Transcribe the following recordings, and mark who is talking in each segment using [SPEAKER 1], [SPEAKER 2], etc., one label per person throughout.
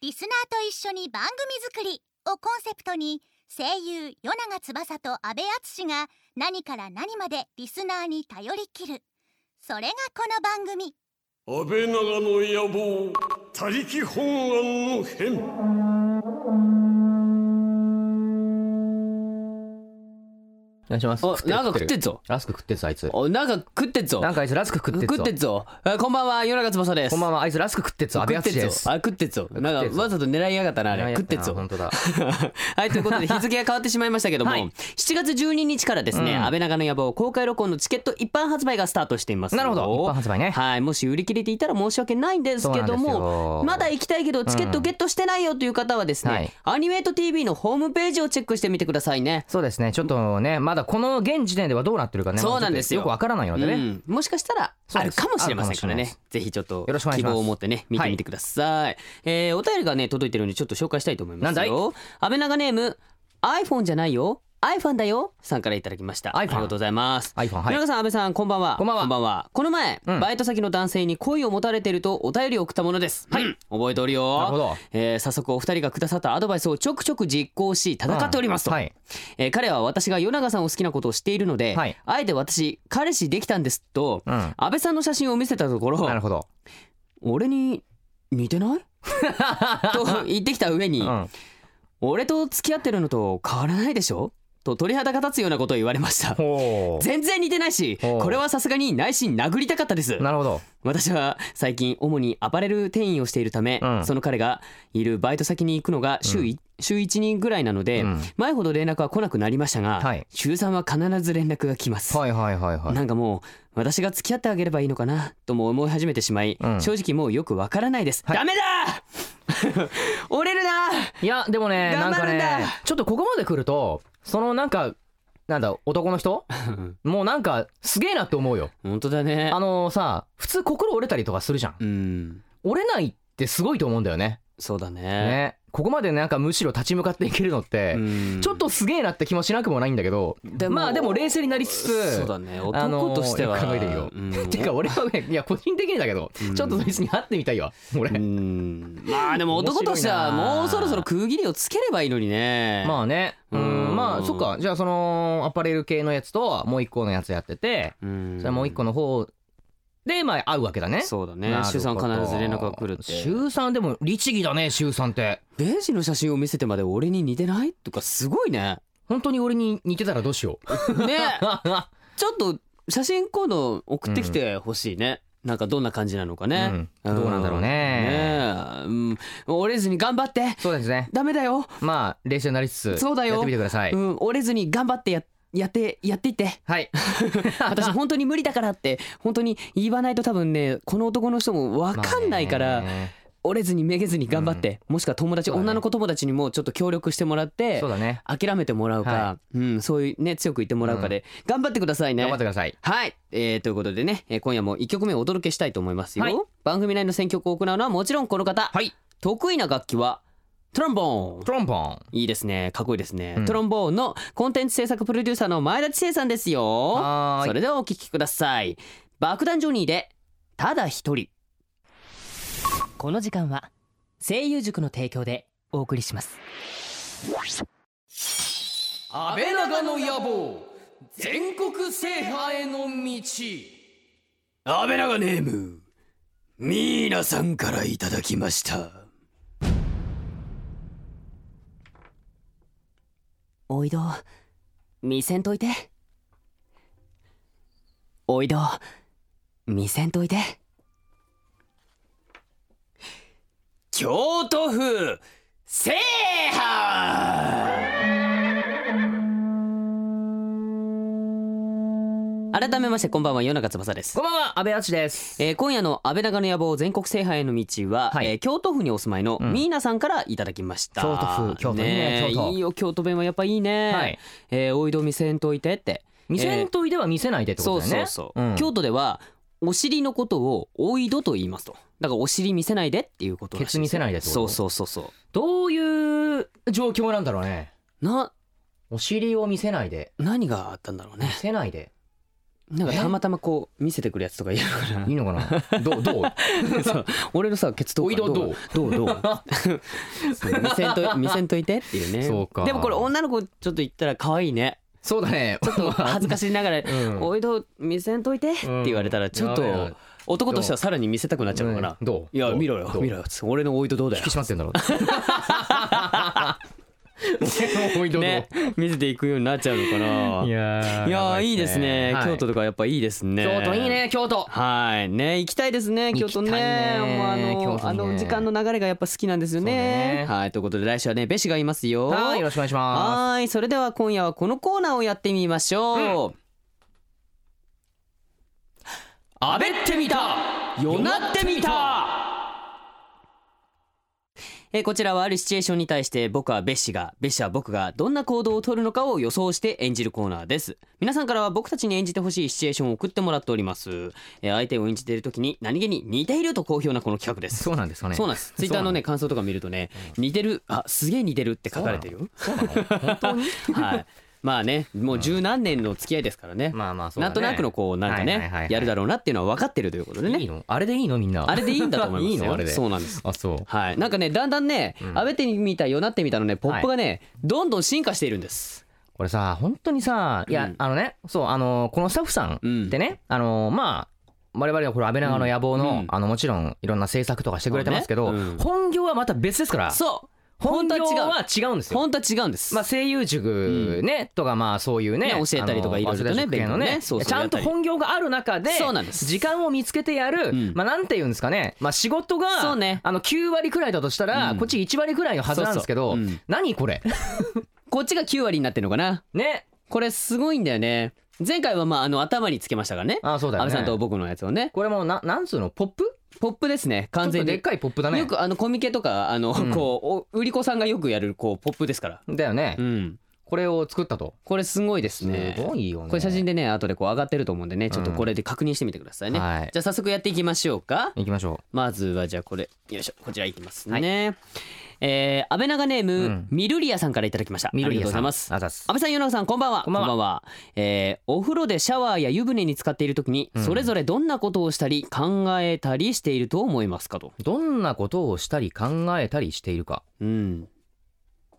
[SPEAKER 1] リスナーと一緒に番組作り」をコンセプトに声優与永翼と阿部淳が何から何までリスナーに頼りきるそれがこの番組
[SPEAKER 2] 安倍長の野望他力本願の変
[SPEAKER 3] お願いします。
[SPEAKER 4] お、なんか食ってっぞ。
[SPEAKER 3] ラスク食ってっぞ、あいつ。
[SPEAKER 4] お、なんか食ってっぞ。
[SPEAKER 3] なんかあいつラスク食ってっぞ。
[SPEAKER 4] 食ってっぞ。あこんばんは、夜中翼です。
[SPEAKER 3] こんばんは、あいつラスク食ってっぞ。阿部
[SPEAKER 4] 食って
[SPEAKER 3] 淳で
[SPEAKER 4] っ
[SPEAKER 3] す
[SPEAKER 4] ぞ。。あ、食ってっぞ。な
[SPEAKER 3] 食って
[SPEAKER 4] ん
[SPEAKER 3] っ
[SPEAKER 4] か
[SPEAKER 3] ぞ
[SPEAKER 4] わざと狙いやがったな、あ
[SPEAKER 3] いや
[SPEAKER 4] れ。
[SPEAKER 3] や
[SPEAKER 4] 食ってっぞ。
[SPEAKER 3] 本当だ。
[SPEAKER 4] はい、という ことで日付が変わってしまいましたけども、
[SPEAKER 3] はい
[SPEAKER 4] 7月12日からですね、
[SPEAKER 3] うん
[SPEAKER 4] 安倍長の野望公開録音のチケット一般発売がスタートしていますよ
[SPEAKER 3] なるほど一般発売ね
[SPEAKER 4] はい、もし売り切れていたら申し訳ないんですけ
[SPEAKER 3] そ
[SPEAKER 4] ど
[SPEAKER 3] うなんです
[SPEAKER 4] も
[SPEAKER 3] よ
[SPEAKER 4] まだ行きたいけどチケットゲットしてないよという方はですね、
[SPEAKER 3] はい
[SPEAKER 4] アニメート TV のホームページをチェックしてみてくださいね
[SPEAKER 3] そうですね、ちょっとね、まだこの現時点ではどうなってるかね、
[SPEAKER 4] そうなんですよ
[SPEAKER 3] まだちょっとよくわからないのでね。
[SPEAKER 4] うんもしかしたら
[SPEAKER 3] そう
[SPEAKER 4] あ
[SPEAKER 3] で
[SPEAKER 4] る
[SPEAKER 3] す
[SPEAKER 4] かもしれませんか
[SPEAKER 3] あるかもしれな
[SPEAKER 4] ら
[SPEAKER 3] いで
[SPEAKER 4] ね
[SPEAKER 3] す
[SPEAKER 4] ぜひちょっと
[SPEAKER 3] よろしくお願い
[SPEAKER 4] 希
[SPEAKER 3] します
[SPEAKER 4] 望を持ってね見てみてください、えーお便りがね届いてるんでちょっと紹介したいと思いますよ
[SPEAKER 3] なんだい
[SPEAKER 4] 安倍長ネーム iPhone じゃないよ iPhone だよさんからいただきました
[SPEAKER 3] iPhone
[SPEAKER 4] ありがとうございます
[SPEAKER 3] アイフォン、は
[SPEAKER 4] 皆
[SPEAKER 3] い。
[SPEAKER 4] さん安倍さんこんばんは
[SPEAKER 3] こんばんは
[SPEAKER 4] この前、
[SPEAKER 3] うん
[SPEAKER 4] バイト先の男性に恋を持たれてるとお便りを送ったものですはい、うん覚えておるよ
[SPEAKER 3] なるほど
[SPEAKER 4] えー早速お二人がくださったアドバイスをちょくちょく実行し戦っておりますと、
[SPEAKER 3] はい。
[SPEAKER 4] えー彼は私が与永さんを好きなことを知っているので、
[SPEAKER 3] はい
[SPEAKER 4] あえて私彼氏できたんですと、
[SPEAKER 3] うん。
[SPEAKER 4] 安倍さんの写真を見せたとこ
[SPEAKER 3] なる
[SPEAKER 4] ろ
[SPEAKER 3] ほど。
[SPEAKER 4] 俺に似てない と言ってきた上に、
[SPEAKER 3] うん。
[SPEAKER 4] 俺と付き合ってるのと変わらないでしょと鳥肌が立つようなことを言われました
[SPEAKER 3] ほ
[SPEAKER 4] 全然似てないし
[SPEAKER 3] おう
[SPEAKER 4] これはさすがに内心殴りたかったです
[SPEAKER 3] う。なるほど。
[SPEAKER 4] 私は最近主にアパレル店員をしているため、
[SPEAKER 3] うん
[SPEAKER 4] その彼がいるバイト先に行くのが週,、い週1人ぐらいなので、
[SPEAKER 3] うん
[SPEAKER 4] 前ほど連絡は来なくなりましたが、
[SPEAKER 3] はい
[SPEAKER 4] 週3は必ず連絡が来ます、
[SPEAKER 3] はいはいはいはい。
[SPEAKER 4] なんかもう私が付き合ってあげればいいのかなとも思い始めてしまい、
[SPEAKER 3] うん
[SPEAKER 4] 正直もうよくわからないです、
[SPEAKER 3] はい
[SPEAKER 4] ダメだ 折れるない
[SPEAKER 3] やでもねな
[SPEAKER 4] 頑
[SPEAKER 3] んか
[SPEAKER 4] 張るんだ
[SPEAKER 3] ねちょっとここまで来るとそのなんかなんだ男の人もうなんかすげえなって思うよ
[SPEAKER 4] 本当だね
[SPEAKER 3] あのさ普通心折れたりとかするじゃん
[SPEAKER 4] うん
[SPEAKER 3] 折れないってすごいと思うんだよね
[SPEAKER 4] そうだね
[SPEAKER 3] ねここまでなんかむしろ立ち向かっていけるのって
[SPEAKER 4] うん
[SPEAKER 3] ちょっとすげえなって気もしなくもないんだけど
[SPEAKER 4] でも
[SPEAKER 3] まあでも冷静になりつ
[SPEAKER 4] そ
[SPEAKER 3] つ
[SPEAKER 4] うだね
[SPEAKER 3] あの
[SPEAKER 4] 男としては、
[SPEAKER 3] よく考えてるよ
[SPEAKER 4] うん
[SPEAKER 3] てか俺はねいや個人的にだけど
[SPEAKER 4] うん
[SPEAKER 3] ちょっとそいつに会ってみたいわ俺
[SPEAKER 4] うん まあでも男としては
[SPEAKER 3] 面白いな
[SPEAKER 4] もうそろそろ区切りをつければいいのにね
[SPEAKER 3] まあねう
[SPEAKER 4] うん
[SPEAKER 3] んまあそっかじゃあそのアパレル系のやつともう一個のやつやってて
[SPEAKER 4] うん
[SPEAKER 3] それもう一個の方でまあ会うわけだね
[SPEAKER 4] そうだ
[SPEAKER 3] な
[SPEAKER 4] ね
[SPEAKER 3] るほど
[SPEAKER 4] 週さん必ず連絡が来るって
[SPEAKER 3] 週3でも律儀だね週3って
[SPEAKER 4] ベージの写真を見せてまで俺に似てないとかすごいね
[SPEAKER 3] 本当に俺に似てたらどうしよう
[SPEAKER 4] ね ちょっと写真今度送ってきてほしいね、なんかどんな感じなのかね、
[SPEAKER 3] うんどうなんだろうね
[SPEAKER 4] ねえうん、折れずに頑張って
[SPEAKER 3] そうですね
[SPEAKER 4] ダメだよ、
[SPEAKER 3] まあ冷静になりつつ
[SPEAKER 4] そうだよ
[SPEAKER 3] やってみてください
[SPEAKER 4] うん、折れずに頑張ってややってやっていって
[SPEAKER 3] はい
[SPEAKER 4] 私本当に無理だからって本当に言わないと多分ねこの男の人も分かんないから、
[SPEAKER 3] まあね
[SPEAKER 4] 折れずにめげずに頑張って、もしくは友達、
[SPEAKER 3] そうだね
[SPEAKER 4] 女の子友達にもちょっと協力してもらって
[SPEAKER 3] そうだね
[SPEAKER 4] 諦めてもらうか、
[SPEAKER 3] は
[SPEAKER 4] うん、そういうね強く言ってもらうかで、頑張ってくださいね
[SPEAKER 3] 頑張ってください
[SPEAKER 4] はい、えー、ということでね、えー今夜も1曲目をお届けしたいと思いますよ、
[SPEAKER 3] はい
[SPEAKER 4] 番組内の選曲を行うのはもちろんこの方、
[SPEAKER 3] はい
[SPEAKER 4] 得意な楽器はトロンボーン
[SPEAKER 3] トロンポン
[SPEAKER 4] いいですねかっこいいですね、
[SPEAKER 3] うん
[SPEAKER 4] トロンボーンのコンテンツ制作プロデューサーの前田知世さんですよ
[SPEAKER 3] はーい
[SPEAKER 4] それではお聞きください爆弾ジョニーでただ一人この時間は声優塾の提供でお送りします
[SPEAKER 3] 安倍長の野望全国制覇への道
[SPEAKER 4] 安倍長ネームミーナさんからいただきましたおいど見せんといておいど見せんといて京都府制覇改めましてこんばんは夜中翼です
[SPEAKER 3] こんばんは安倍敦です
[SPEAKER 4] えー今夜の安倍長の野望全国制覇への道は、
[SPEAKER 3] はい
[SPEAKER 4] えー京都府にお住まいの
[SPEAKER 3] うん
[SPEAKER 4] ミーナさんからいただきました、
[SPEAKER 3] 京都府京都いいね
[SPEAKER 4] え
[SPEAKER 3] 京都
[SPEAKER 4] いいよ京都弁はやっぱいいね、
[SPEAKER 3] はい
[SPEAKER 4] えーおいど見せんといてって
[SPEAKER 3] 見せんといでは見せないでってこと
[SPEAKER 4] そう
[SPEAKER 3] だよ
[SPEAKER 4] そ
[SPEAKER 3] ね
[SPEAKER 4] うそう、
[SPEAKER 3] ん
[SPEAKER 4] 京都ではお尻のことをおいどと言いますとだからお尻見せないでっていうことらしいです
[SPEAKER 3] ケツ見せないでってこと
[SPEAKER 4] そうそうそうそ
[SPEAKER 3] どういう状況なんだろうね
[SPEAKER 4] うな
[SPEAKER 3] お尻を見せないで
[SPEAKER 4] 何があったんだろう
[SPEAKER 3] 見
[SPEAKER 4] ね
[SPEAKER 3] せないで
[SPEAKER 4] なんかたまたまこう見せてくるやつとかいるから
[SPEAKER 3] いいのか などうどう
[SPEAKER 4] そう俺のさ血糖
[SPEAKER 3] おいどうどう
[SPEAKER 4] どうどう そう見せんと見せんといてっていうね
[SPEAKER 3] そうか
[SPEAKER 4] でもこれ女の子ちょっと言ったら可愛いね
[SPEAKER 3] そうだねちょっと
[SPEAKER 4] 恥ずかしいながら
[SPEAKER 3] う
[SPEAKER 4] 「
[SPEAKER 3] ん
[SPEAKER 4] おいどう見せんといて」って言われたらちょっ
[SPEAKER 3] うんやばい
[SPEAKER 4] と
[SPEAKER 3] な
[SPEAKER 4] 男としてはさらに見せたくなっちゃうのかな
[SPEAKER 3] うんどう
[SPEAKER 4] いや
[SPEAKER 3] どう
[SPEAKER 4] 見ろよ
[SPEAKER 3] どう
[SPEAKER 4] 見ろよ俺のおいどどうだ
[SPEAKER 3] 引
[SPEAKER 4] よ
[SPEAKER 3] き締まってんだろ う 俺の思い出の
[SPEAKER 4] ね見せていくようになっちゃうのかない
[SPEAKER 3] や
[SPEAKER 4] いやーいいですね、
[SPEAKER 3] はい
[SPEAKER 4] 京都とかやっぱいいですね
[SPEAKER 3] 京都いいね京都
[SPEAKER 4] はいね行きたいですね京都ね
[SPEAKER 3] 行きたいね
[SPEAKER 4] もうあの
[SPEAKER 3] 京都ね
[SPEAKER 4] あの時間の流れがやっぱ好きなんですよね
[SPEAKER 3] そうね
[SPEAKER 4] はいということで来週はねべしがいますよ
[SPEAKER 3] はいよろしくお願いしま
[SPEAKER 4] はいそれでは今夜はこのコーナーをやってみましょう、あべってみたよなってみたえーこちらはあるシチュエーションに対して僕はベッシがベッシは僕がどんな行動を取るのかを予想して演じるコーナーです皆さんからは僕たちに演じてほしいシチュエーションを送ってもらっております、えー相手を演じている時に何気に似ていると好評なこの企画ですす
[SPEAKER 3] そうなんですかね
[SPEAKER 4] そうなんですツイッターのね感想とか見るとね似てるあすげえ似てるって書かれてるよ
[SPEAKER 3] そうなの本当に
[SPEAKER 4] はいまあねもう十何年の付き合いですからね、
[SPEAKER 3] まあまあそうだ
[SPEAKER 4] な
[SPEAKER 3] ね
[SPEAKER 4] んとなくのこうなん
[SPEAKER 3] は
[SPEAKER 4] か
[SPEAKER 3] いはいはいは
[SPEAKER 4] ね
[SPEAKER 3] い
[SPEAKER 4] やるだろうなっていうのは分かってるということで
[SPEAKER 3] いい
[SPEAKER 4] ね
[SPEAKER 3] のあれでいいのみんな
[SPEAKER 4] あれでいいんだと思います
[SPEAKER 3] い
[SPEAKER 4] よ
[SPEAKER 3] いのあれで
[SPEAKER 4] そうなんです
[SPEAKER 3] あそう
[SPEAKER 4] はいなんかねだんだんね
[SPEAKER 3] ん
[SPEAKER 4] 安倍てみたよなってみたのねポップがねどんどん進化しているんです
[SPEAKER 3] これさ本当にさいや、
[SPEAKER 4] うん
[SPEAKER 3] あのねそうあのこのスタッフさん
[SPEAKER 4] うん
[SPEAKER 3] ってね、あのまあ我々はこれ安倍長の野望の、
[SPEAKER 4] うんうん
[SPEAKER 3] あのもちろんいろんな制作とかしてくれてますけど、
[SPEAKER 4] そうねうん
[SPEAKER 3] 本業はまた別ですから
[SPEAKER 4] そう
[SPEAKER 3] 本業
[SPEAKER 4] 本当
[SPEAKER 3] は
[SPEAKER 4] は
[SPEAKER 3] 違うんですよ。
[SPEAKER 4] 本当は違うんです
[SPEAKER 3] まあ、声優塾ね、とかまあそういうね
[SPEAKER 4] ね教えたりとか
[SPEAKER 3] あの
[SPEAKER 4] いろいろと
[SPEAKER 3] 早稲田
[SPEAKER 4] ね
[SPEAKER 3] 塾系の
[SPEAKER 4] 勉強ね
[SPEAKER 3] ね
[SPEAKER 4] そうそう
[SPEAKER 3] ちゃんと本業がある中で
[SPEAKER 4] そうなんです
[SPEAKER 3] 時間を見つけてやる、
[SPEAKER 4] うん
[SPEAKER 3] まあなんて言うんですかね、まあ、仕事が
[SPEAKER 4] そうね
[SPEAKER 3] あの9割くらいだとしたら、
[SPEAKER 4] うん
[SPEAKER 3] こっち1割くらいのはずなんですけど
[SPEAKER 4] そうそううん
[SPEAKER 3] 何これ
[SPEAKER 4] こっちが9割になってるのかな
[SPEAKER 3] ね
[SPEAKER 4] これすごいんだよね前回はまああの頭につけましたからね
[SPEAKER 3] あそうだよ
[SPEAKER 4] 安倍
[SPEAKER 3] ね
[SPEAKER 4] さんと僕のやつをね
[SPEAKER 3] これもななんつうのポップ
[SPEAKER 4] ポップですね
[SPEAKER 3] ちょ
[SPEAKER 4] 完
[SPEAKER 3] っと
[SPEAKER 4] 全
[SPEAKER 3] で
[SPEAKER 4] に
[SPEAKER 3] っかいポップだね
[SPEAKER 4] よくあのコミケとかあの
[SPEAKER 3] ん
[SPEAKER 4] こうお売り子さんがよくやるこうポップですから
[SPEAKER 3] だよね、
[SPEAKER 4] うん
[SPEAKER 3] これを作ったと
[SPEAKER 4] これすごいです
[SPEAKER 3] す
[SPEAKER 4] ね
[SPEAKER 3] ごいよね
[SPEAKER 4] これ写真でね後でこう上がってると思うんでねちょっと
[SPEAKER 3] うん
[SPEAKER 4] これで確認してみてくださいね、
[SPEAKER 3] はい
[SPEAKER 4] じゃあ早速やっていきましょうか
[SPEAKER 3] 行きましょ
[SPEAKER 4] まずはじゃあこれよいしょこちらいきますね、えー、安倍長ネーム、
[SPEAKER 3] うん
[SPEAKER 4] ミルリアさんからいただきました
[SPEAKER 3] う緑
[SPEAKER 4] ありがとうございます
[SPEAKER 3] あざっす
[SPEAKER 4] 安倍さん、与那さん、こんばんは。
[SPEAKER 3] こんばんは
[SPEAKER 4] えーお風呂でシャワーや湯船に使っているときに、
[SPEAKER 3] ん
[SPEAKER 4] それぞれどんなことをしたり、考えたりしていると思いますかと。
[SPEAKER 3] どんなことをしたり考えたりしているか
[SPEAKER 4] うん。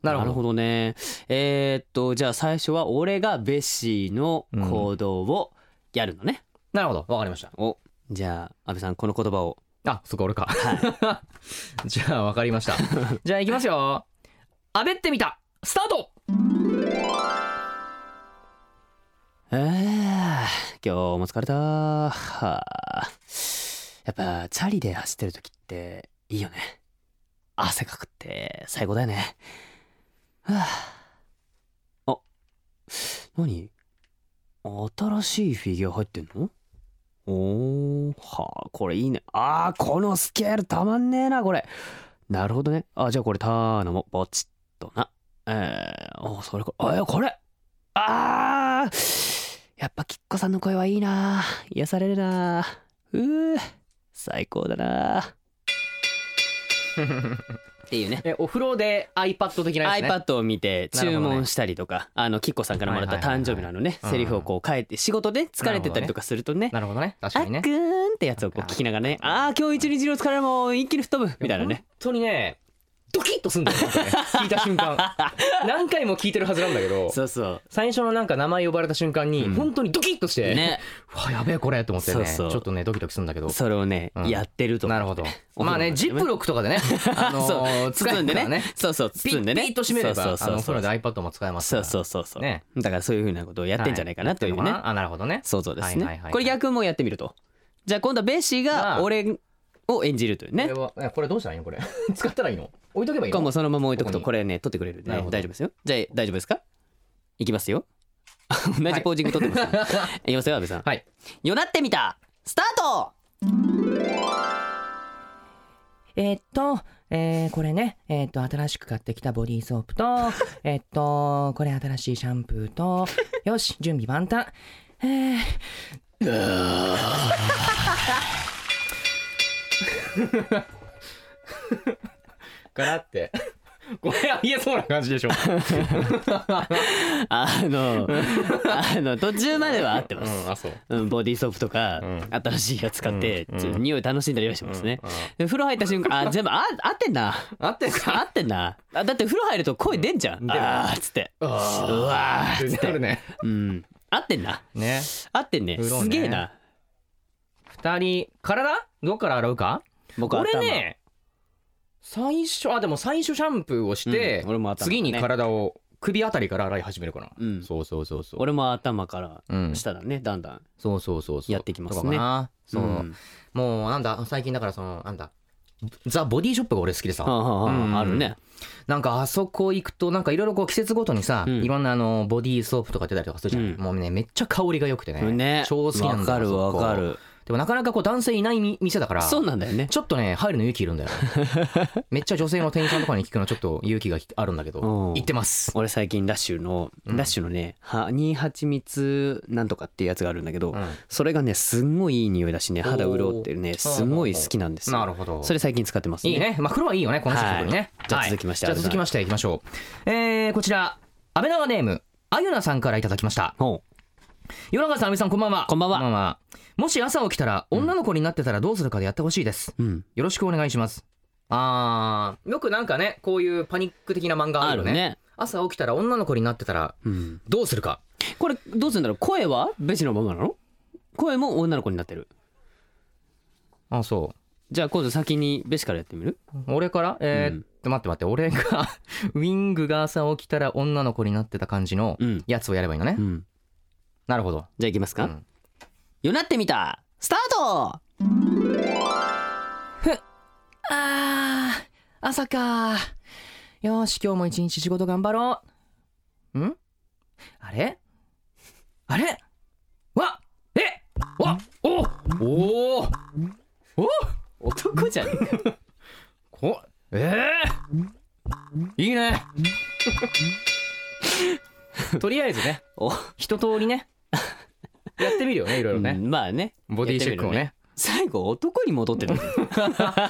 [SPEAKER 3] なるほど
[SPEAKER 4] ね。えーっと、じゃあ最初は俺がベッシーの行動をやるのね。
[SPEAKER 3] なるほどわかりました
[SPEAKER 4] お、じゃあ安倍さんこの言葉を。
[SPEAKER 3] あそっか俺か じゃあわかりましたじゃあ行きますよあべってみたスタート
[SPEAKER 4] えー、今日も疲れた。はあやっぱチャリで走ってる時っていいよね。汗かくって最高だよね。はあ。あ、何新しいフィギュア入ってんのおー、はあ、これいいね。あー、このスケールたまんねえな、これ。なるほどね。あ、じゃあこれ頼もう。ぼちっとな。えー、おそれこれ、えー、これあーやっぱきっこさんの声はいいな癒されるなうー最高だなっていうね
[SPEAKER 3] えお風呂で iPad 的なやつね
[SPEAKER 4] iPad を見て
[SPEAKER 3] なる
[SPEAKER 4] 注
[SPEAKER 3] ほどね
[SPEAKER 4] 文したりとか、あのきっこさんからもらった誕生日のあのね
[SPEAKER 3] はいはいはいはい
[SPEAKER 4] セリフをこう変えて仕事で疲れてたりとかするとね
[SPEAKER 3] なるほどね確
[SPEAKER 4] あ
[SPEAKER 3] か
[SPEAKER 4] っ
[SPEAKER 3] に
[SPEAKER 4] く
[SPEAKER 3] ね
[SPEAKER 4] ーんってやつをこう聞きながらねああ今日一日の疲れも一気に吹っ飛ぶみたいなね
[SPEAKER 3] 本当にねドキッとすんだよなんかね聞いた瞬 間何回も聞いてるはずなんだけど
[SPEAKER 4] そうそう
[SPEAKER 3] 最初のなんか名前呼ばれた瞬間に
[SPEAKER 4] うん
[SPEAKER 3] 本当にドキッとして、
[SPEAKER 4] ね
[SPEAKER 3] うわやべえこれと思ってね
[SPEAKER 4] そうそう
[SPEAKER 3] ちょっとねドキドキするんだけど
[SPEAKER 4] それをね、
[SPEAKER 3] うん
[SPEAKER 4] やってると
[SPEAKER 3] なるほど
[SPEAKER 4] お風呂
[SPEAKER 3] まあ
[SPEAKER 4] なん
[SPEAKER 3] ね
[SPEAKER 4] でね
[SPEAKER 3] ジップロックとかで ねあのー
[SPEAKER 4] そう
[SPEAKER 3] 使
[SPEAKER 4] 包
[SPEAKER 3] え
[SPEAKER 4] ん
[SPEAKER 3] る
[SPEAKER 4] で
[SPEAKER 3] から
[SPEAKER 4] ねそうそう
[SPEAKER 3] ピ
[SPEAKER 4] 包んで
[SPEAKER 3] ッ
[SPEAKER 4] ね
[SPEAKER 3] ピッと締めれば
[SPEAKER 4] そうそ
[SPEAKER 3] あの
[SPEAKER 4] うそう
[SPEAKER 3] お
[SPEAKER 4] そ
[SPEAKER 3] 風
[SPEAKER 4] う
[SPEAKER 3] 呂で iPad も使えますか
[SPEAKER 4] そ
[SPEAKER 3] ら
[SPEAKER 4] うそうそうそう、
[SPEAKER 3] ね
[SPEAKER 4] だからそういうふうなことをやってんじゃないかなというね、
[SPEAKER 3] はやってんのかなあなるほどね
[SPEAKER 4] 想像です
[SPEAKER 3] はいは
[SPEAKER 4] ね、
[SPEAKER 3] いはいはい
[SPEAKER 4] これ逆もやってみるとじゃあ今度はベッシー
[SPEAKER 3] ま
[SPEAKER 4] が
[SPEAKER 3] あ
[SPEAKER 4] 俺を演じるというね
[SPEAKER 3] これはえこれどうしたらいいのこれ 使ったらいいの置いとけばいい
[SPEAKER 4] 今
[SPEAKER 3] の
[SPEAKER 4] もそのまま置いとく
[SPEAKER 3] ことこに
[SPEAKER 4] これね取ってくれるんで
[SPEAKER 3] な
[SPEAKER 4] ね
[SPEAKER 3] るほど
[SPEAKER 4] 大丈夫ですよじゃあ大丈夫ですかいきますよ 同じポージング取ってま すね、い、きますよ安部さん
[SPEAKER 3] はい
[SPEAKER 4] よなってみたスタート
[SPEAKER 5] えっと、えーこれね、えっと、新しく買ってきたボディーソー プと、えっと、これ新しいシャンプー と、よし、準備万端。えー
[SPEAKER 3] からって これは言えそうな感じ でしょ。
[SPEAKER 4] あ のあの途中までは合ってま
[SPEAKER 2] うん、
[SPEAKER 4] す、
[SPEAKER 2] あ、そう。
[SPEAKER 4] うん、ボディーソープとか、
[SPEAKER 2] うん
[SPEAKER 4] 新しいやつ買って、
[SPEAKER 2] うん
[SPEAKER 4] ちょっと匂い楽しんだりはしますね、
[SPEAKER 2] うん
[SPEAKER 4] で風呂入った瞬間あ全部あ合ってんな
[SPEAKER 3] 合ってんすか
[SPEAKER 4] 合ってんなあだって風呂入ると声出んじゃん、
[SPEAKER 3] ん出る
[SPEAKER 4] あーっつってう
[SPEAKER 3] あー
[SPEAKER 4] わーっつ
[SPEAKER 3] 全
[SPEAKER 4] っ
[SPEAKER 3] 然あ
[SPEAKER 4] て、
[SPEAKER 3] るね。
[SPEAKER 4] うん合ってんな
[SPEAKER 3] ね。
[SPEAKER 4] 合って んね
[SPEAKER 3] 風呂ね
[SPEAKER 4] すげえな
[SPEAKER 3] 二人、体どっから洗うか
[SPEAKER 4] 僕
[SPEAKER 3] 俺
[SPEAKER 4] 頭
[SPEAKER 3] ね、最初、あ、でも最初シャンプーをして
[SPEAKER 4] うん、俺も頭
[SPEAKER 3] 次に
[SPEAKER 4] ね
[SPEAKER 3] 体を首あたりから洗い始めるかな。
[SPEAKER 4] うん
[SPEAKER 3] そうそうそうそう。
[SPEAKER 4] 俺も頭から
[SPEAKER 3] うん、
[SPEAKER 4] 下だねだんだん
[SPEAKER 3] そうそうそうそう
[SPEAKER 4] やってきます
[SPEAKER 3] とか
[SPEAKER 4] ね
[SPEAKER 3] かなそう、
[SPEAKER 4] ん
[SPEAKER 3] もうなんだ最近だからそのなんだザ・ボディショップが俺好きでさ、
[SPEAKER 4] はあはあはあ
[SPEAKER 3] うん
[SPEAKER 4] あるね
[SPEAKER 3] なんかあそこ行くとなんかいろいろこう季節ごとにさ、
[SPEAKER 4] うん
[SPEAKER 3] いろんなあのボディーソープとか出たりとかするじゃん、
[SPEAKER 4] うん
[SPEAKER 3] もうねめっちゃ香りが良くてね
[SPEAKER 4] ね
[SPEAKER 3] 超好きなんだよ
[SPEAKER 4] わか
[SPEAKER 3] あ
[SPEAKER 4] る
[SPEAKER 3] そ
[SPEAKER 4] わ
[SPEAKER 3] こ
[SPEAKER 4] かる
[SPEAKER 3] でもなかなかこう男性いないみ店だから
[SPEAKER 4] そうなんだよね
[SPEAKER 3] ちょっとね入るの勇気い るんだよめっちゃ女性の店員さんとかに聞くのちょっと勇気があるんだけど
[SPEAKER 4] うん
[SPEAKER 3] 行ってます
[SPEAKER 4] 俺最近ラッシュの
[SPEAKER 3] うん
[SPEAKER 4] ラッシュのねハニーハチミツなんとかっていうやつがあるんだけど
[SPEAKER 3] うん
[SPEAKER 4] それがねすんごいいい匂いだしね
[SPEAKER 3] おー
[SPEAKER 4] 肌潤ってるねすごい好きなんですよ
[SPEAKER 3] なるほど
[SPEAKER 4] それ最近使ってます
[SPEAKER 3] いい
[SPEAKER 4] ね
[SPEAKER 3] ね。まあ、黒はいいよね、この人特にね。
[SPEAKER 4] はいじゃあ続きまして
[SPEAKER 3] じゃあ続きまして、いきましょう。えー、こちら、安倍長ネーム、あゆなさんからいただきました。
[SPEAKER 4] ほ
[SPEAKER 3] 夜中さん、安倍さん、こんばんは。
[SPEAKER 4] こんばんは
[SPEAKER 3] もし朝起きたら、女の子になってたらどうするかでやってほしいです。
[SPEAKER 4] ううん
[SPEAKER 3] よろしくお願いします。あー、よくなんかね、こういうパニック的な漫画あ
[SPEAKER 4] あ
[SPEAKER 3] るよ
[SPEAKER 4] る
[SPEAKER 3] ね。
[SPEAKER 4] ね
[SPEAKER 3] 朝起きたら女の子になってたら、
[SPEAKER 4] うん
[SPEAKER 3] どうするか。
[SPEAKER 4] これどうするんだろう声は別のままなの声も女の子になってる
[SPEAKER 3] あ、そ
[SPEAKER 4] じゃあ今度先にベシからやってみる
[SPEAKER 3] う。俺からえー
[SPEAKER 4] うん
[SPEAKER 3] っと、待って待って、俺が、 ウィングが朝起きたら女の子になってた感じの
[SPEAKER 4] うん
[SPEAKER 3] やつをやればいいのね。
[SPEAKER 4] うん
[SPEAKER 3] なるほど。
[SPEAKER 4] じゃあいきます
[SPEAKER 3] う
[SPEAKER 4] か
[SPEAKER 3] ん
[SPEAKER 4] よなってみたスタート
[SPEAKER 5] あー朝かよし今日も一日仕事頑張ろうんあれあれ
[SPEAKER 3] わえわおおお
[SPEAKER 4] 男じゃねえか
[SPEAKER 3] こええいいね とりあえずね
[SPEAKER 4] お
[SPEAKER 3] 一通りねやってみるよねいろいろ
[SPEAKER 4] う
[SPEAKER 3] ね、
[SPEAKER 4] んまあね
[SPEAKER 3] ボディチェックをね
[SPEAKER 4] や最後男に 戻ってる
[SPEAKER 3] いやだか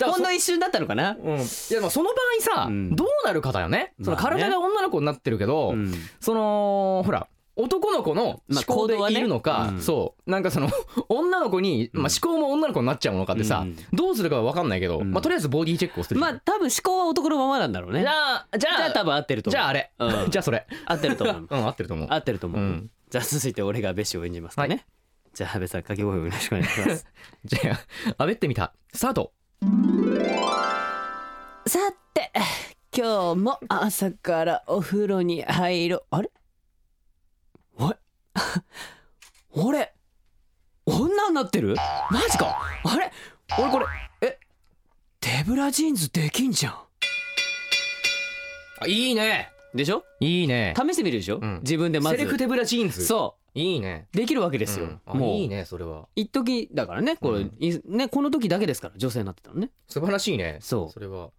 [SPEAKER 3] ら
[SPEAKER 4] ほ
[SPEAKER 3] そ
[SPEAKER 4] んの一瞬だったのかな
[SPEAKER 3] うん、いやでもその場合さ、
[SPEAKER 4] うん
[SPEAKER 3] どうなるかだよねその
[SPEAKER 4] まあね
[SPEAKER 3] 体が女の子になってるけど、
[SPEAKER 4] うん
[SPEAKER 3] そのほら男の子の
[SPEAKER 4] ま
[SPEAKER 3] 思考
[SPEAKER 4] あ
[SPEAKER 3] で
[SPEAKER 4] 行動はいね
[SPEAKER 3] るのか、
[SPEAKER 4] うん
[SPEAKER 3] そうなんかその 女の子に、まあ、思考も女の子になっちゃうのかってさ、
[SPEAKER 4] うん
[SPEAKER 3] どうするかは分かんないけど、
[SPEAKER 4] うん
[SPEAKER 3] まあ、とりあえずボディチェックをする
[SPEAKER 4] まあ多分思考は男のままなんだろうね
[SPEAKER 3] じ
[SPEAKER 4] じゃ
[SPEAKER 3] ゃあじゃあ
[SPEAKER 4] あ多分合ってると思う
[SPEAKER 3] じゃああれ、
[SPEAKER 4] うん
[SPEAKER 3] じゃあそれ
[SPEAKER 4] 合ってると思 う
[SPEAKER 3] うん合ってると思う
[SPEAKER 4] 合ってると思う、
[SPEAKER 3] うん
[SPEAKER 4] じゃあ続いて俺がベシを演じますからね、
[SPEAKER 3] は
[SPEAKER 4] じゃあ安部さん掛け声をよろしくお願いします
[SPEAKER 3] じゃああべってみたスタート
[SPEAKER 4] さて今日も朝からお風呂に入ろうあれお い俺女になってるマジかあれ俺これえ手ぶらジーンズできんじゃん
[SPEAKER 3] あいいね
[SPEAKER 4] でしょ
[SPEAKER 3] いいね
[SPEAKER 4] 試してみるでしょ、
[SPEAKER 3] うん
[SPEAKER 4] 自分でまず
[SPEAKER 3] セレクテブラジーンズ
[SPEAKER 4] そ
[SPEAKER 3] いいね
[SPEAKER 4] うできるわけですよ、
[SPEAKER 3] うんあ
[SPEAKER 4] もう
[SPEAKER 3] いいねそれは
[SPEAKER 4] 一時だからねこ
[SPEAKER 3] う
[SPEAKER 4] れ、
[SPEAKER 3] ん
[SPEAKER 4] いねこの時だけですから女性になってたのね
[SPEAKER 3] 素晴らしいね
[SPEAKER 4] そう
[SPEAKER 3] それは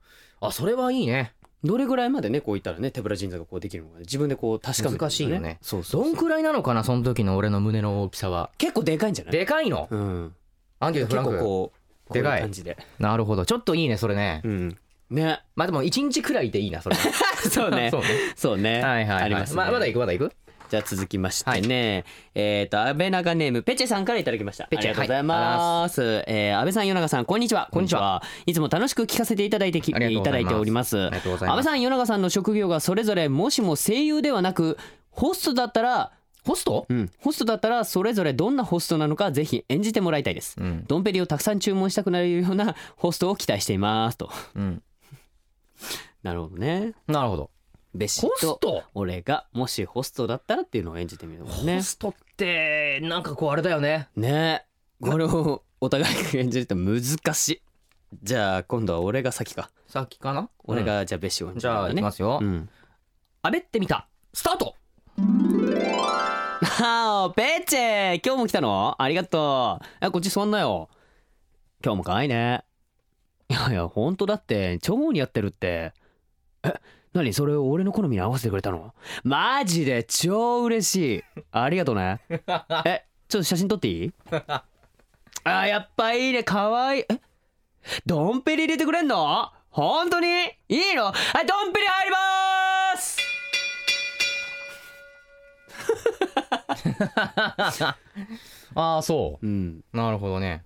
[SPEAKER 3] あそれはいいね
[SPEAKER 4] どれぐらいまでねこういったらね手ぶらジーンズがこうできるのかね自分でこう確かめて
[SPEAKER 3] 難しいよね
[SPEAKER 4] そうそ
[SPEAKER 3] ど
[SPEAKER 4] うん
[SPEAKER 3] くらいなのかなその時の俺の胸の大きさは
[SPEAKER 4] 結構でかいんじゃない
[SPEAKER 3] でかいの
[SPEAKER 4] うん
[SPEAKER 3] アンケート
[SPEAKER 4] 結
[SPEAKER 3] フラン
[SPEAKER 4] 構
[SPEAKER 3] ク
[SPEAKER 4] こう
[SPEAKER 3] でかい
[SPEAKER 4] こうう感じで
[SPEAKER 3] なるほどちょっといいねそれね
[SPEAKER 4] うんね
[SPEAKER 3] まあでも一日くらいでいいなそれ
[SPEAKER 4] そう ね
[SPEAKER 3] そうね
[SPEAKER 4] そうね
[SPEAKER 3] はいはい
[SPEAKER 4] あ
[SPEAKER 3] はい
[SPEAKER 4] りますね
[SPEAKER 3] まあまだ行くまだ行く
[SPEAKER 4] じゃあ続きましてね、えっ、と安倍長ネームペチェさんからいただきました
[SPEAKER 3] ペチェ
[SPEAKER 4] ありがとうございます、えー安倍さん与永さんこんにちは
[SPEAKER 3] こんにちはい
[SPEAKER 4] つも楽しく聞かせていただいてきい
[SPEAKER 3] ありがとうご
[SPEAKER 4] た
[SPEAKER 3] ざ
[SPEAKER 4] だ
[SPEAKER 3] います
[SPEAKER 4] いております
[SPEAKER 3] ありがとうござい
[SPEAKER 4] 安
[SPEAKER 3] ま
[SPEAKER 4] 倍
[SPEAKER 3] す
[SPEAKER 4] さん与永さんの職業がそれぞれもしも声優ではなくホストだったら
[SPEAKER 3] ホスト
[SPEAKER 4] うん、ホストだったらそれぞれどんなホストなのかぜひ演じてもらいたいです、
[SPEAKER 3] うん
[SPEAKER 4] ドンペリをたくさん注文したくなるようなホストを期待していますと
[SPEAKER 3] うん
[SPEAKER 4] なるほどね
[SPEAKER 3] なるほど
[SPEAKER 4] ベシ
[SPEAKER 3] ホス
[SPEAKER 4] と
[SPEAKER 3] ト
[SPEAKER 4] 俺がもしホストだったらっていうのを演じてみるのもね
[SPEAKER 3] ホストってなんかこうあれだよね
[SPEAKER 4] ねえこれをお互いが演じるって難しいじゃあ今度は俺が先か
[SPEAKER 3] さっきかな
[SPEAKER 4] 俺がじゃあベシを演じ
[SPEAKER 3] じ
[SPEAKER 4] るん
[SPEAKER 3] ゃあ
[SPEAKER 4] だ
[SPEAKER 3] 行き
[SPEAKER 4] ね
[SPEAKER 3] ますよ、
[SPEAKER 4] うん
[SPEAKER 3] あべってみたスタート
[SPEAKER 4] ああ ペッチェ今日も来たのありがとうあこっち座んなよ今日も可愛いねいやいや本当だって超似合ってるってえ何それを俺の好みに合わせてくれたのマジで超嬉しいありがとうねえちょっと写真撮っていいあやっぱいいね可愛いえドンペリ入れてくれんの本当にいいのはいドンピリ入ります
[SPEAKER 3] ああそ
[SPEAKER 4] うん
[SPEAKER 3] うなるほどね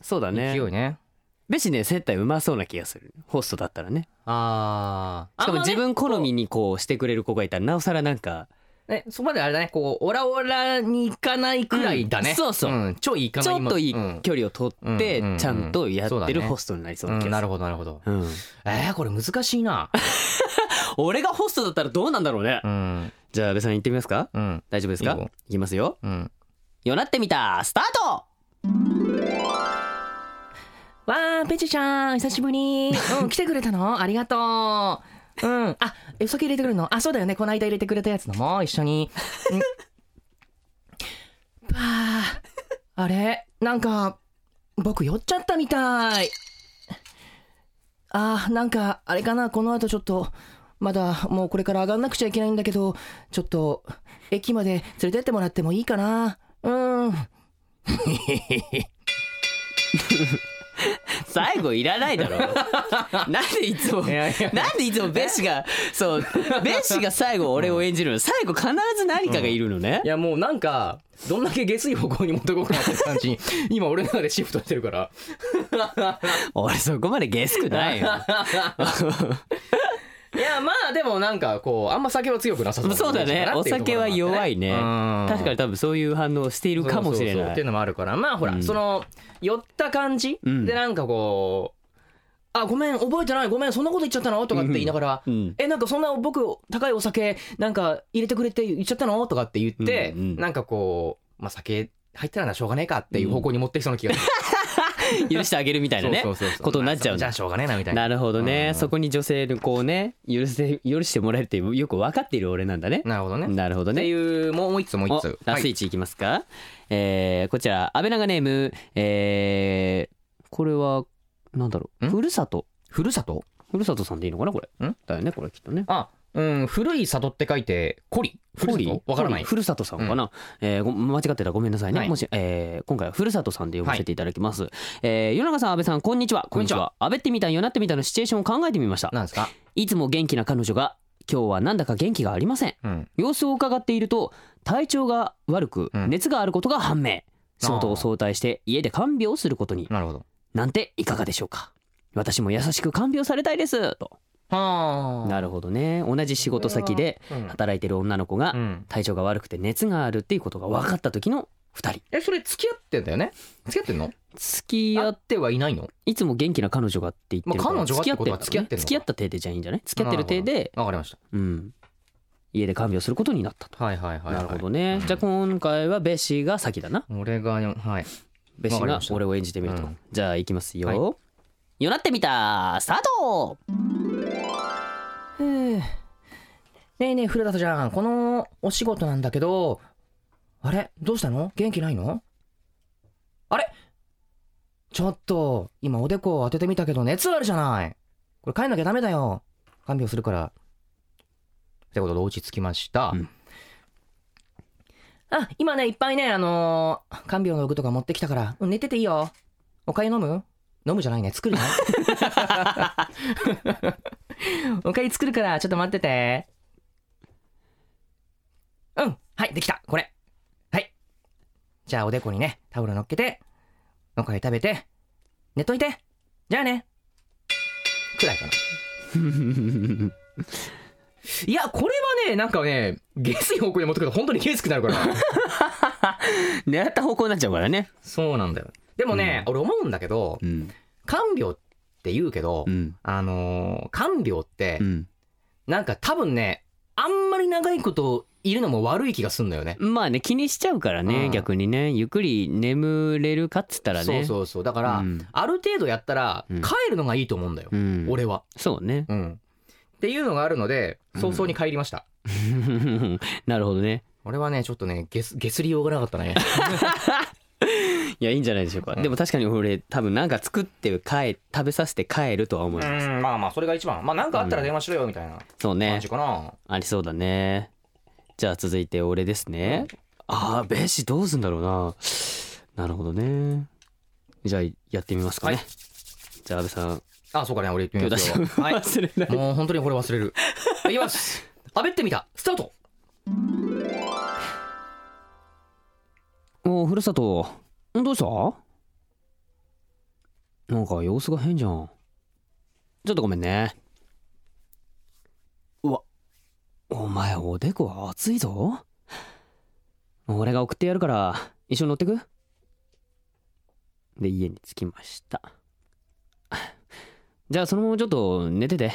[SPEAKER 4] そうだね
[SPEAKER 3] 勢いね
[SPEAKER 4] ベシね接待うまそうな気がするホストだったらね
[SPEAKER 3] ああ
[SPEAKER 4] しかも自分好みにこうしてくれる子がいたらなおさらなんか
[SPEAKER 3] えそこまであれだねこうオラオラに行かないくらいだね、、
[SPEAKER 4] うんそうそうん
[SPEAKER 3] ちょい行か
[SPEAKER 4] ち
[SPEAKER 3] ない
[SPEAKER 4] ょっといい
[SPEAKER 3] うん
[SPEAKER 4] 距離を取っ
[SPEAKER 3] うんうんうん
[SPEAKER 4] てちゃんとや
[SPEAKER 3] そう
[SPEAKER 4] っ
[SPEAKER 3] だ
[SPEAKER 4] て
[SPEAKER 3] ね
[SPEAKER 4] るホストになりそう
[SPEAKER 3] う
[SPEAKER 4] なん気が
[SPEAKER 3] なる
[SPEAKER 4] する
[SPEAKER 3] ほどなるほど
[SPEAKER 4] うん
[SPEAKER 3] えー、これ難しいな
[SPEAKER 4] 俺がホストだったらどうなんだろうね
[SPEAKER 3] うん
[SPEAKER 4] じゃあベさん行ってみますか
[SPEAKER 3] うん
[SPEAKER 4] 大丈夫です
[SPEAKER 3] いいよ
[SPEAKER 4] かいきますよ
[SPEAKER 3] うん
[SPEAKER 4] よなってみたスタート
[SPEAKER 5] わー、ペチちゃん、久しぶり。うん、来てくれたのありがとう。うん。あ、え、お酒入れてくるのあ、そうだよね。この間入れてくれたやつのも、一緒に。うん。 ばあ、あれなんか、僕酔っちゃったみたい。あー、なんか、あれかなこの後ちょっと、まだ、もうこれから上がんなくちゃいけないんだけど、ちょっと、駅まで連れてってもらってもいいかなうん。
[SPEAKER 4] 最後いらな いだろなんでいつも
[SPEAKER 3] やいや
[SPEAKER 4] なんでいつもベシがそうベシが最後俺を演じるの最後必ず何かがいるのね
[SPEAKER 3] いやもうなんかどんだけ下水方向に持ってこくなって感じに今俺の中でシフトしてるから
[SPEAKER 4] 俺そこまでゲスくないよ
[SPEAKER 3] いやまあでもなんかこうあんま酒は強くなさそう
[SPEAKER 4] そうだねお酒は弱いね確かに
[SPEAKER 3] に
[SPEAKER 4] 多分そういう反応をしているかもし
[SPEAKER 3] そうそ
[SPEAKER 4] れ
[SPEAKER 3] うそう
[SPEAKER 4] な
[SPEAKER 3] っていう
[SPEAKER 4] い
[SPEAKER 3] のもあるからまあほら、
[SPEAKER 4] うん
[SPEAKER 3] その酔った感じ、
[SPEAKER 4] うん
[SPEAKER 3] でなんかこう「あごめん覚えてないごめんそんなこと言っちゃったの?」とかって言いながら「
[SPEAKER 4] うん
[SPEAKER 3] えなんかそんな僕高いお酒なんか入れてくれって言っちゃったの?」とかって言って、
[SPEAKER 4] うんうん
[SPEAKER 3] なんかこう、まあ、酒入ってたらなしょうがねえかっていう方向に持ってきそうな気がする、
[SPEAKER 4] 許してあげるみたい なね
[SPEAKER 3] そうそうそうそう
[SPEAKER 4] ことになっち
[SPEAKER 3] ま
[SPEAKER 4] ゃう
[SPEAKER 3] あ
[SPEAKER 4] ん
[SPEAKER 3] じゃ
[SPEAKER 4] だ
[SPEAKER 3] あしょうがねえなみたいな
[SPEAKER 4] なるほど
[SPEAKER 3] う
[SPEAKER 4] ね
[SPEAKER 3] ん
[SPEAKER 4] そこに女性のこうね許せ許してもらえるっていうよく分かっている俺なんだね
[SPEAKER 3] なるほどね
[SPEAKER 4] なるほど
[SPEAKER 3] って
[SPEAKER 4] ね
[SPEAKER 3] いうもう一つもう一
[SPEAKER 4] お
[SPEAKER 3] つ
[SPEAKER 4] ラスイチいきますか、えーこちら安倍長ネームえーこれはなんだろうんふるさと
[SPEAKER 3] ふるさと
[SPEAKER 4] ふるさとさんでいいのかなこれ
[SPEAKER 3] ん
[SPEAKER 4] だよねこれきっとね
[SPEAKER 3] あうん古い里って書いて「こり」ふるさ
[SPEAKER 4] ホリ
[SPEAKER 3] とわからない
[SPEAKER 4] ホリふるさとさんかな、えーご間違ってたらごめんなさいね、
[SPEAKER 3] はい
[SPEAKER 4] もし、えー今回はふるさとさんで呼ばせていただきます、えー、夜中さん安倍さんこんにちは
[SPEAKER 3] こんにちは
[SPEAKER 4] 安倍ってみたんよなってみたのシチュエーションを考えてみました
[SPEAKER 3] なんですか
[SPEAKER 4] いつも元気な彼女が今日はなんだか元気がありません
[SPEAKER 3] うん
[SPEAKER 4] 様子を伺っていると体調が悪く
[SPEAKER 3] うん
[SPEAKER 4] 熱があることが判明、仕事を早退して家で看病をすることに
[SPEAKER 3] なるほど
[SPEAKER 4] なんていかがでしょうか私も優しく看病されたいですと
[SPEAKER 3] はあ
[SPEAKER 4] なるほどね同じ仕事先で
[SPEAKER 3] うん
[SPEAKER 4] 働いてる女の子が
[SPEAKER 3] うん
[SPEAKER 4] 体調が悪くて熱があるっていうことが分かった時の2人
[SPEAKER 3] えそれ付き合ってんだよね付き合ってんの
[SPEAKER 4] 付き
[SPEAKER 3] 付き合
[SPEAKER 4] 合
[SPEAKER 3] ってはいないの
[SPEAKER 4] いつも元気な彼女がって言ってるから
[SPEAKER 3] まあ彼女がってことは
[SPEAKER 4] 付き合って
[SPEAKER 3] 付
[SPEAKER 4] るからね付
[SPEAKER 3] き
[SPEAKER 4] き
[SPEAKER 3] 合
[SPEAKER 4] 合
[SPEAKER 3] っ
[SPEAKER 4] った体でじゃいいんじゃない付き合ってる体で、
[SPEAKER 3] わかりまし
[SPEAKER 4] うん、家で看病することになったと。
[SPEAKER 3] たはいはいはいはい
[SPEAKER 4] なるほどね、じゃあ今回はベッシーが先だな
[SPEAKER 3] 俺がはい
[SPEAKER 4] ベシ
[SPEAKER 3] わかり
[SPEAKER 4] が
[SPEAKER 3] ました
[SPEAKER 4] 俺を演じてみると、
[SPEAKER 3] うん
[SPEAKER 4] じゃあいきますよ、
[SPEAKER 3] はい
[SPEAKER 4] よなってみたスタート
[SPEAKER 5] ふうねえねえ古田ちゃんこのお仕事なんだけどあれどうしたの元気ないのあれちょっと今おでこを当ててみたけど熱あるじゃないこれ帰んなきゃダメだよ看病するから
[SPEAKER 3] ってことで落ち着きました
[SPEAKER 4] うん
[SPEAKER 5] あ今ねいっぱいねあのー看病の具とか持ってきたからうん寝てていいよおかゆ飲む飲むじゃないね作るね おかゆ作るからちょっと待っててうんはいできたこれはいじゃあおでこにねタオル乗っけておかゆ食べて寝といてじゃあねくらいか
[SPEAKER 3] いやこれはねなんかね下水方向に持ってくると本当に下水くなるから
[SPEAKER 4] 狙った方向になっちゃうからね
[SPEAKER 3] そうなんだよでもね俺思うんだけど
[SPEAKER 4] うん
[SPEAKER 3] 看病って言うけど
[SPEAKER 4] うん
[SPEAKER 3] あのー看病って
[SPEAKER 4] うん
[SPEAKER 3] なんか多分ねあんまり長いこといるのも悪い気がすんのよね
[SPEAKER 4] まあね気にしちゃうからね、
[SPEAKER 3] うん
[SPEAKER 4] 逆にねゆっくり眠れるかっつったらね
[SPEAKER 3] そう
[SPEAKER 4] う
[SPEAKER 3] そうそうだから、
[SPEAKER 4] ん
[SPEAKER 3] ある程度やったら
[SPEAKER 4] うん
[SPEAKER 3] 帰るのがいいと思うんだよ、
[SPEAKER 4] うん
[SPEAKER 3] 俺は、
[SPEAKER 4] そうね
[SPEAKER 3] うん、っていうのがあるので早々に帰りました、
[SPEAKER 4] なるほどね
[SPEAKER 3] 俺はねちょっとねゲスゲスりようがなかった ね
[SPEAKER 4] いやいいんじゃないでしょうか、
[SPEAKER 3] うん
[SPEAKER 4] でも確かに俺多分なんか作って帰食べさせて帰るとは思
[SPEAKER 3] う
[SPEAKER 4] います、
[SPEAKER 3] んまあまあそれが一番まあなんかあったら電話しろよみたいな
[SPEAKER 4] そうね
[SPEAKER 3] 感じかな、
[SPEAKER 4] ありそうだねじゃあ続いて俺ですねああベシどうすんだろうななるほどねじゃあやってみますかね、
[SPEAKER 3] はい
[SPEAKER 4] じゃあ安部さん
[SPEAKER 3] あ、そうかね、俺言って
[SPEAKER 4] 今
[SPEAKER 3] みま
[SPEAKER 4] 日
[SPEAKER 3] す
[SPEAKER 4] 出
[SPEAKER 3] よ。
[SPEAKER 4] し忘れない。
[SPEAKER 3] もう本当にこれ忘れ る。いきます。あべってみた。スタート。
[SPEAKER 4] おうふるさとどうしたなんか様子が変じゃんちょっとごめんねうわお前おでこ熱いぞ俺が送ってやるから一緒に乗ってくで家に着きましたじゃあそのままちょっと寝てて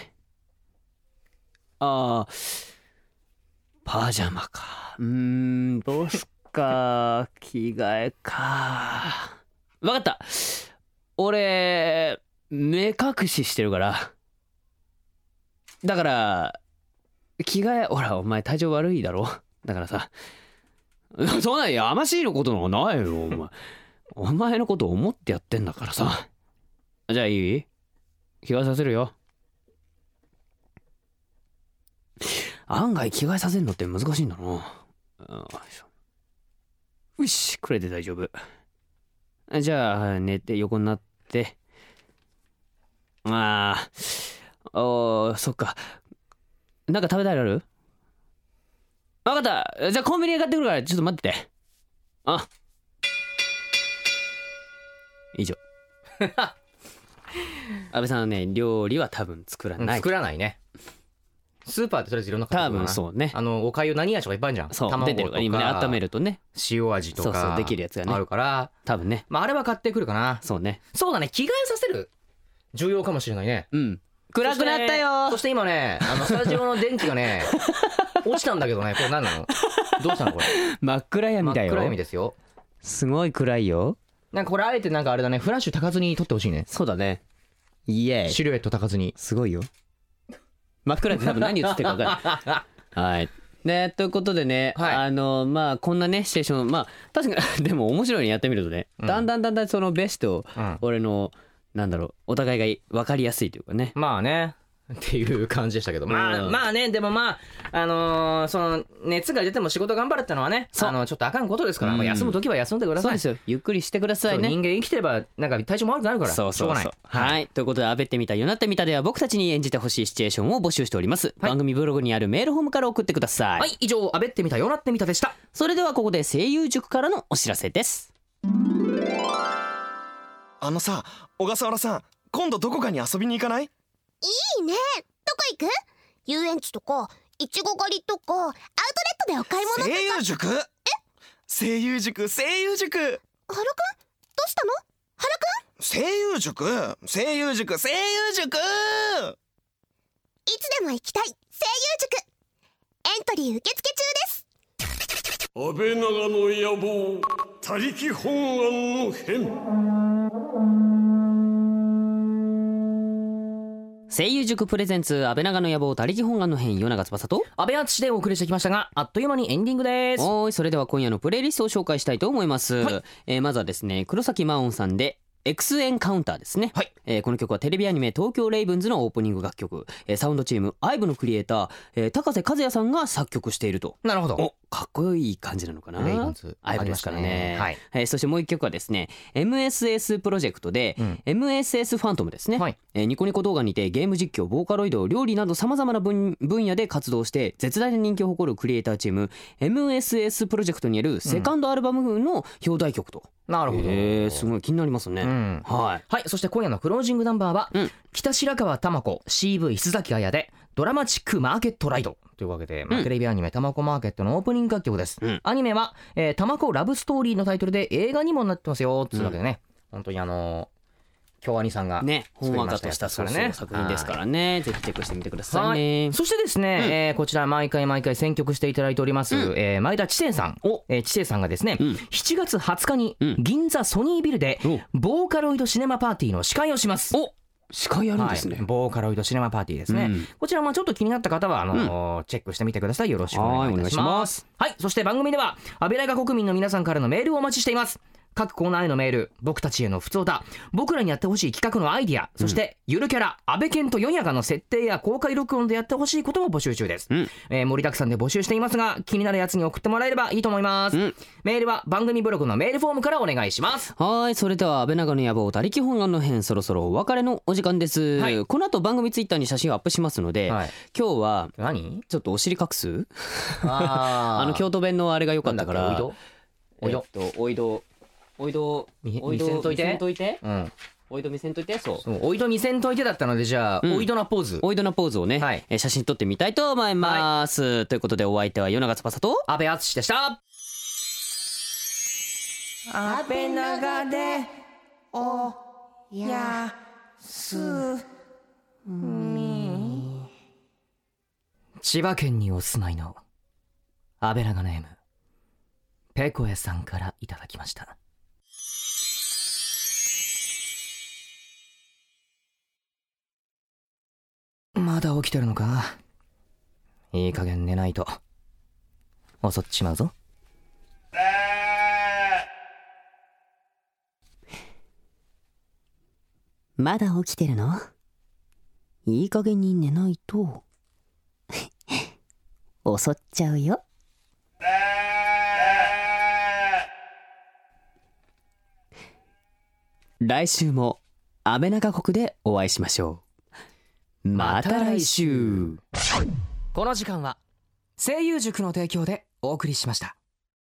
[SPEAKER 4] ああパジャマかうーんどうすっか着替えかわかった俺目隠ししてるからだから着替えほらお前体調悪いだろだからさ そんなやましいのことなんかないよお前お前のこと思ってやってんだからさじゃあいい着替えさせるよ案外着替えさせるのって難しいんだなうんよいしょよしこれで大丈夫じゃあ寝て横になってああおーそっかなんか食べたいのあるわかったじゃあコンビニで買ってくるからちょっと待っててあ 以上安倍さんはね料理は多分作らない
[SPEAKER 3] 作らないね。スーパーでとりあえずいろんな
[SPEAKER 4] 多分
[SPEAKER 3] う。
[SPEAKER 4] そうね
[SPEAKER 3] あのお粥何味とかいっぱいあるじゃん。
[SPEAKER 4] そう
[SPEAKER 3] 卵
[SPEAKER 4] 出てるから今ね
[SPEAKER 3] とか
[SPEAKER 4] 温めるとね
[SPEAKER 3] 塩味とか
[SPEAKER 4] そうそうできるやつがね
[SPEAKER 3] あるから、
[SPEAKER 4] 多分ね
[SPEAKER 3] まああれは買ってくるかな。
[SPEAKER 4] そうね
[SPEAKER 3] そうだね、着替えさせる重要かもしれないね。
[SPEAKER 4] うん暗くなったよ
[SPEAKER 3] そしてそして今ね、あのスタジオの電気が ね、落ちたんだけどね、これ何なの？どうした のこれ？
[SPEAKER 4] 真っ暗
[SPEAKER 3] 真
[SPEAKER 4] 闇だ
[SPEAKER 3] っ
[SPEAKER 4] よ
[SPEAKER 3] 暗闇ですよ。
[SPEAKER 4] すごい暗いよ
[SPEAKER 3] なんかこれあえてなんかあれだね、フラッシュ焚かずに撮ってほしいね。
[SPEAKER 4] そうだねイエーイ
[SPEAKER 3] シルエット焚かずに。
[SPEAKER 4] すごいよ真っ暗で多分何映ってるか分かん ないはいね、ということでね、
[SPEAKER 3] はい
[SPEAKER 4] あのまあこんなねシチュエーションまあ確かに でも面白いねやってみるとね、
[SPEAKER 3] うん
[SPEAKER 4] だんだんだんだんそのベストを
[SPEAKER 3] うん
[SPEAKER 4] 俺のなんだろうお互いが分かりやすいというかね
[SPEAKER 3] まあね。っていう感じでしたけど、まあ、
[SPEAKER 4] うん
[SPEAKER 3] まあね、でもまあ、あのーその、熱が出ても仕事頑張るってのはね、
[SPEAKER 4] そう
[SPEAKER 3] あの、ちょっとあかんことですから、
[SPEAKER 4] うん
[SPEAKER 3] まあ休むときは休んでくださ
[SPEAKER 4] そうで
[SPEAKER 3] い。
[SPEAKER 4] すよゆっくりしてください
[SPEAKER 3] そう
[SPEAKER 4] ね
[SPEAKER 3] 人間生きてれば、なんか体調も悪くなるから、
[SPEAKER 4] そうそうそう
[SPEAKER 3] しょうがない。
[SPEAKER 4] はい、ということで「あべってみたよなってみた」では僕たちに演じてほしいシチュエーションを募集しております、番組ブログにあるメールホームから送ってください、
[SPEAKER 3] はい、以上、あべってみた、よなってみたでした。
[SPEAKER 4] それではここで声優塾からのお知らせです
[SPEAKER 2] あのさ小笠原さん今度どこかに遊びに行かない
[SPEAKER 1] いいねどこ行く遊園地とかいちご狩りとかアウトレットでお買い物
[SPEAKER 2] 声優塾え声優塾声優塾
[SPEAKER 1] ハルくんどうしたのハルくん
[SPEAKER 2] 声優塾声優塾声優塾
[SPEAKER 1] いつでも行きたい声優塾エントリー受付中です
[SPEAKER 6] 安倍長の野望他力本願の変
[SPEAKER 4] 声優塾プレゼンツ安倍長の野望他力本願の編与永翼と
[SPEAKER 3] 安倍淳でお送りしてきましたが、あっという間にエンディングです。
[SPEAKER 4] おーいそれでは今夜のプレイリストを紹介したいと思います、えーまずはですね黒崎真音さんで X エンカウンターですね、
[SPEAKER 3] はい
[SPEAKER 4] えーこの曲はテレビアニメ「東京レイブンズ」のオープニング楽曲、えーサウンドチーム IVE のクリエイター、えー高瀬和也さんが作曲していると
[SPEAKER 3] なるほど。
[SPEAKER 4] おかっこいい感じなのかな
[SPEAKER 3] レイブンズ
[SPEAKER 4] アイブですからね
[SPEAKER 3] ありましたねはい
[SPEAKER 4] えーそしてもう一曲はですね MSS プロジェクトで、
[SPEAKER 3] うん
[SPEAKER 4] MSS ファントムですね、
[SPEAKER 3] はい
[SPEAKER 4] えーニコニコ動画にてゲーム実況ボーカロイド料理などさまざまな分分野で活動して絶大な人気を誇るクリエイターチーム MSS プロジェクトによるセカンドアルバムの表題曲と、
[SPEAKER 3] なるほど。
[SPEAKER 4] えーすごい気になりますね、
[SPEAKER 3] うん。
[SPEAKER 4] はい
[SPEAKER 3] はい、そして今夜のクロージングナンバーは、
[SPEAKER 4] うん
[SPEAKER 3] 北白川玉子 CV 須崎綾でドラマチックマーケットライドというわけで、まあ
[SPEAKER 4] うん
[SPEAKER 3] テレビアニメ「たまこマーケット」のオープニング楽曲です、
[SPEAKER 4] うん
[SPEAKER 3] アニメは「えーたまこラブストーリー」のタイトルで映画にもなってますよというわけでね、本当にあのー京アニさんが
[SPEAKER 4] ね
[SPEAKER 3] 作
[SPEAKER 4] ほ
[SPEAKER 3] り
[SPEAKER 4] んわ
[SPEAKER 3] ま
[SPEAKER 4] か
[SPEAKER 3] した
[SPEAKER 4] と
[SPEAKER 3] や
[SPEAKER 4] し
[SPEAKER 3] つで
[SPEAKER 4] た
[SPEAKER 3] す
[SPEAKER 4] そうそう作品ですからねぜひチェックしてみてくださいね、
[SPEAKER 3] そしてですね、えーこちら毎回毎回選曲していただいております、
[SPEAKER 4] うん
[SPEAKER 3] えー前田知世さん、えー、知世さんがですね、
[SPEAKER 4] うん
[SPEAKER 3] 7月20日に
[SPEAKER 4] うん
[SPEAKER 3] 銀座ソニービルで
[SPEAKER 4] お
[SPEAKER 3] ボーカロイドシネマパーティーの司会をします。
[SPEAKER 4] お司会やるんですね、
[SPEAKER 3] はい、ボーカロイドシネマパーティーですね、
[SPEAKER 4] うん
[SPEAKER 3] こちらまあちょっと気になった方はあのーチェックしてみてくださいよろしくお願いいたしますはいそして番組では安倍ライガ国民の皆さんからのメールをお待ちしています各コーナーへのメール僕たちへの普通だ僕らにやってほしい企画のアイディアそしてゆるキャラ安倍健と四夜がの設定や公開録音でやってほしいことも募集中です、
[SPEAKER 4] うん
[SPEAKER 3] えー盛りだくさんで募集していますが気になるやつに送ってもらえればいいと思います、
[SPEAKER 4] うん
[SPEAKER 3] メールは番組ブログのメールフォームからお願いします
[SPEAKER 4] はーいそれでは安倍長の野望他力本願の編そろそろお別れのお時間です、
[SPEAKER 3] はい
[SPEAKER 4] この後番組ツイッターに写真をアップしますので、
[SPEAKER 3] はい
[SPEAKER 4] 今日は
[SPEAKER 3] 何
[SPEAKER 4] ちょっとお尻隠す
[SPEAKER 3] あ
[SPEAKER 4] あの京都弁のあれが良
[SPEAKER 3] 都
[SPEAKER 4] かったから
[SPEAKER 3] おいど
[SPEAKER 4] えっとおいどおいど
[SPEAKER 3] み
[SPEAKER 4] おいど
[SPEAKER 3] 見せんといて
[SPEAKER 4] 見せんといて
[SPEAKER 3] うん
[SPEAKER 4] おいど見せんといてそう
[SPEAKER 3] そうおいど見せんといてだったのでじゃあ、
[SPEAKER 4] うん
[SPEAKER 3] おいどなポーズ
[SPEAKER 4] おいどなポーズをね、
[SPEAKER 3] はい
[SPEAKER 4] えー写真撮ってみたいと思います、ということでお相手は与永翼と
[SPEAKER 3] 安倍敦でした
[SPEAKER 7] 安倍長でおやす
[SPEAKER 3] 千葉県にお住まいの安倍長ネームペコエさんからいただきましたまだ起きてるのかいい加減寝ないと襲っちまうぞ
[SPEAKER 8] まだ起きてるのいい加減に寝ないと襲っちゃうよ
[SPEAKER 4] 来週も安倍長国でお会いしましょうまた来週
[SPEAKER 3] この時間は声優塾の提供でお送りしました